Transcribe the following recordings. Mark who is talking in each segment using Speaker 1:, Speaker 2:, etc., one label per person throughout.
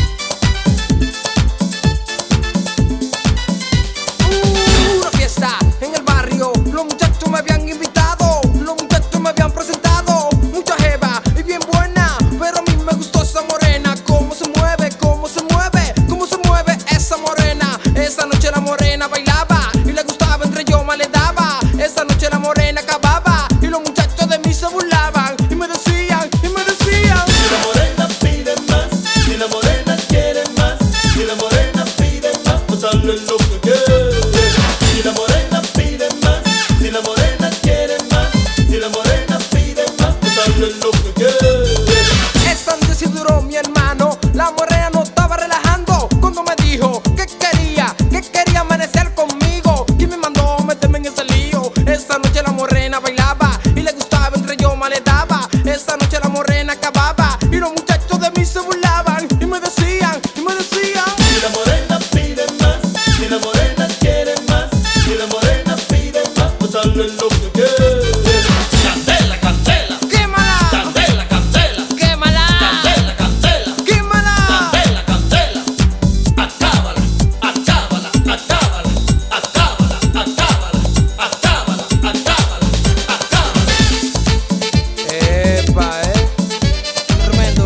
Speaker 1: Uh,
Speaker 2: pues pues
Speaker 1: Esta noche duró mi hermano, la morrea no estaba relajando cuando me dijo que quería, que quería amanecer conmigo. ¿Quién me mandó a meterme en ese lío? Esta noche la morena bailaba y le gustaba entre yo me le daba. Esta noche la morena acababa y los muchachos de mí se burlaban y me decían, y me decían.
Speaker 2: Si la morena pide más, si la morena quiere más, si la morena pide más, pues dale lo que quieres. Candela, candela,
Speaker 1: ¡Quémala!
Speaker 2: candela, candela,
Speaker 1: ¡Quémala!
Speaker 2: candela, candela,
Speaker 1: ¡Quémala!
Speaker 2: candela, candela. Acábala, acábala, acábala, acábala, acábala, acábala, acábala, acábala.
Speaker 1: Epa, eh. Tremendo.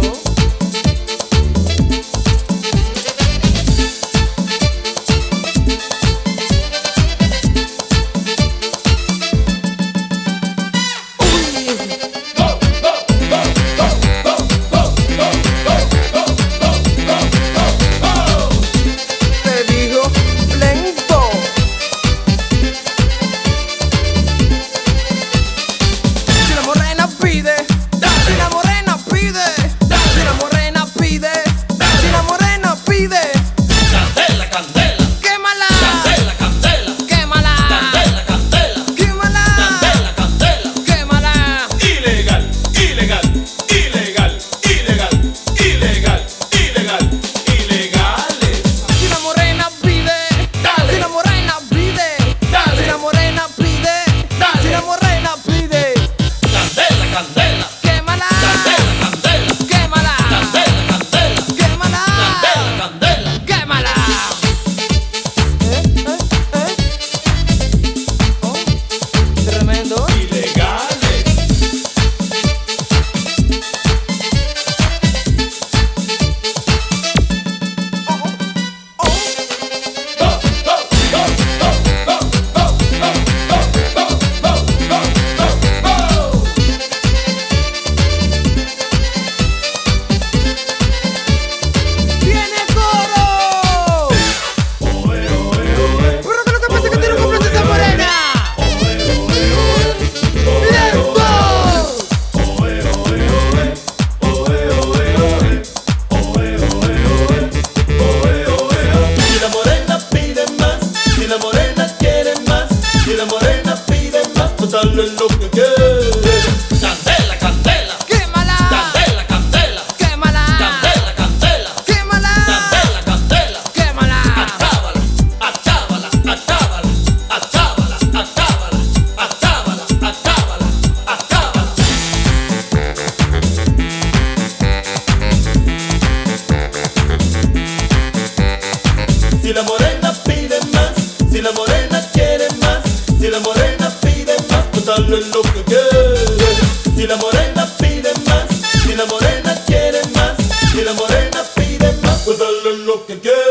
Speaker 1: Uy, te digo lento. Si la morena pide, si la morena pide, si la morena pide, si la morena pide,
Speaker 2: Candela, candela,
Speaker 1: quémala,
Speaker 2: candela, candela,
Speaker 1: quémala,
Speaker 2: candela, candela,
Speaker 1: quémala,
Speaker 2: candela, candela.
Speaker 1: quémala.
Speaker 2: Ilegal, ilegal, ilegal, ilegal, ilegal, ilegal, ilegales.
Speaker 1: Si la morena pide,
Speaker 2: Dale.
Speaker 1: si la morena pide,
Speaker 2: Dale.
Speaker 1: si la morena pide,
Speaker 2: Dale.
Speaker 1: si la morena pide,
Speaker 2: Candela, candela,
Speaker 1: quémala,
Speaker 2: candela, candela,
Speaker 1: quémala,
Speaker 2: candela, candela,
Speaker 1: quémala,
Speaker 2: candela, candela.
Speaker 1: quémala. Eh, eh, eh. Oh, Tremendo.
Speaker 2: Ilegales.
Speaker 1: Oh, oh, oh. ¡Viene coro! Pero que lo que pasa es que tiene una princesa morena. ¡Lento!
Speaker 2: Si la morena pide más, si la morena quiere más, si la morena pide más, pues dale lo que quieres. Candela, candela,
Speaker 1: ¡Quémala!
Speaker 2: candela, candela,
Speaker 1: ¡Quémala!
Speaker 2: candela, candela,
Speaker 1: ¡Quémala!
Speaker 2: candela, candela.
Speaker 1: ¡Quémala!
Speaker 2: Acábala, acábala, acábala, acábala, acábala, acábala, acábala, acábala. Si la morena pide más, si la morena quiere más, si la morena pide más, pues dale lo que quiere. Si la morena pide más, si la morena quiere más, si la morena pide más, pues dale lo que quiere.